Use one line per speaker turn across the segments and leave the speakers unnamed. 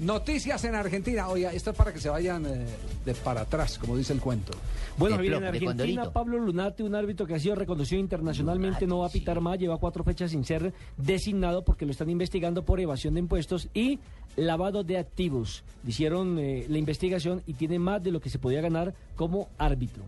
Noticias en Argentina. Oiga, esto es para que se vayan eh, de para atrás, como dice el cuento.
Bueno,
De
Javier, en
flop, de
Argentina,
condorito.
Pablo Lunate, un árbitro que ha sido reconocido internacionalmente, no va a pitar más, lleva cuatro fechas sin ser designado porque lo están investigando por evasión de impuestos y lavado de activos. Hicieron eh, la investigación y tiene más de lo que se podía ganar como árbitro.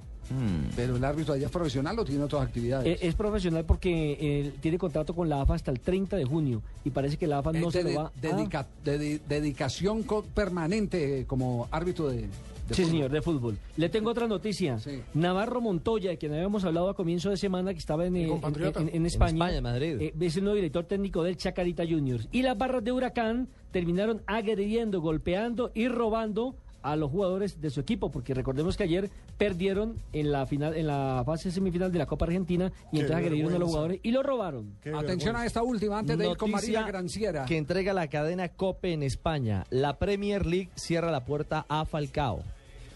Pero el árbitro allá es profesional o tiene otras
Eh,
actividades.
es profesional porque eh, tiene contrato con la AFA hasta el 30 de junio y parece que la AFA no
Es
se
dedi-
lo va Ah. a...
Eh, dedica- dedi- dedicación co- permanente eh, como árbitro de. de
Sí,
fútbol.
señor, de fútbol. Le tengo otra noticia.
Sí.
Navarro Montoya, de quien habíamos hablado a comienzo de semana, que estaba en, eh,
compatriota.
en- en- en España.
España, en Madrid.
eh, es el nuevo director técnico del Chacarita Juniors. Y las barras de Huracán terminaron agrediendo, golpeando y robando a los jugadores de su equipo, porque recordemos que ayer perdieron en la final, en la fase semifinal de la Copa Argentina y entonces agredieron a los jugadores y lo robaron.
Atención a esta última antes de ir con
Noticia
María Granciera.
Que entrega la cadena Cope en España. La Premier League cierra la puerta a Falcao.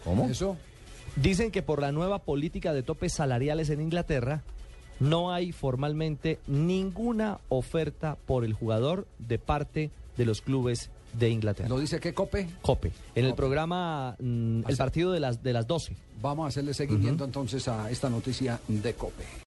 ¿Cómo? Eso.
Dicen que por la nueva política de topes salariales en Inglaterra, no hay formalmente ninguna oferta por el jugador de parte de los clubes de Inglaterra.
Lo dice que Cope.
Cope. En el programa, mm, el
Así-
partido de las, de las 12.
Vamos a hacerle seguimiento entonces a esta noticia de Cope.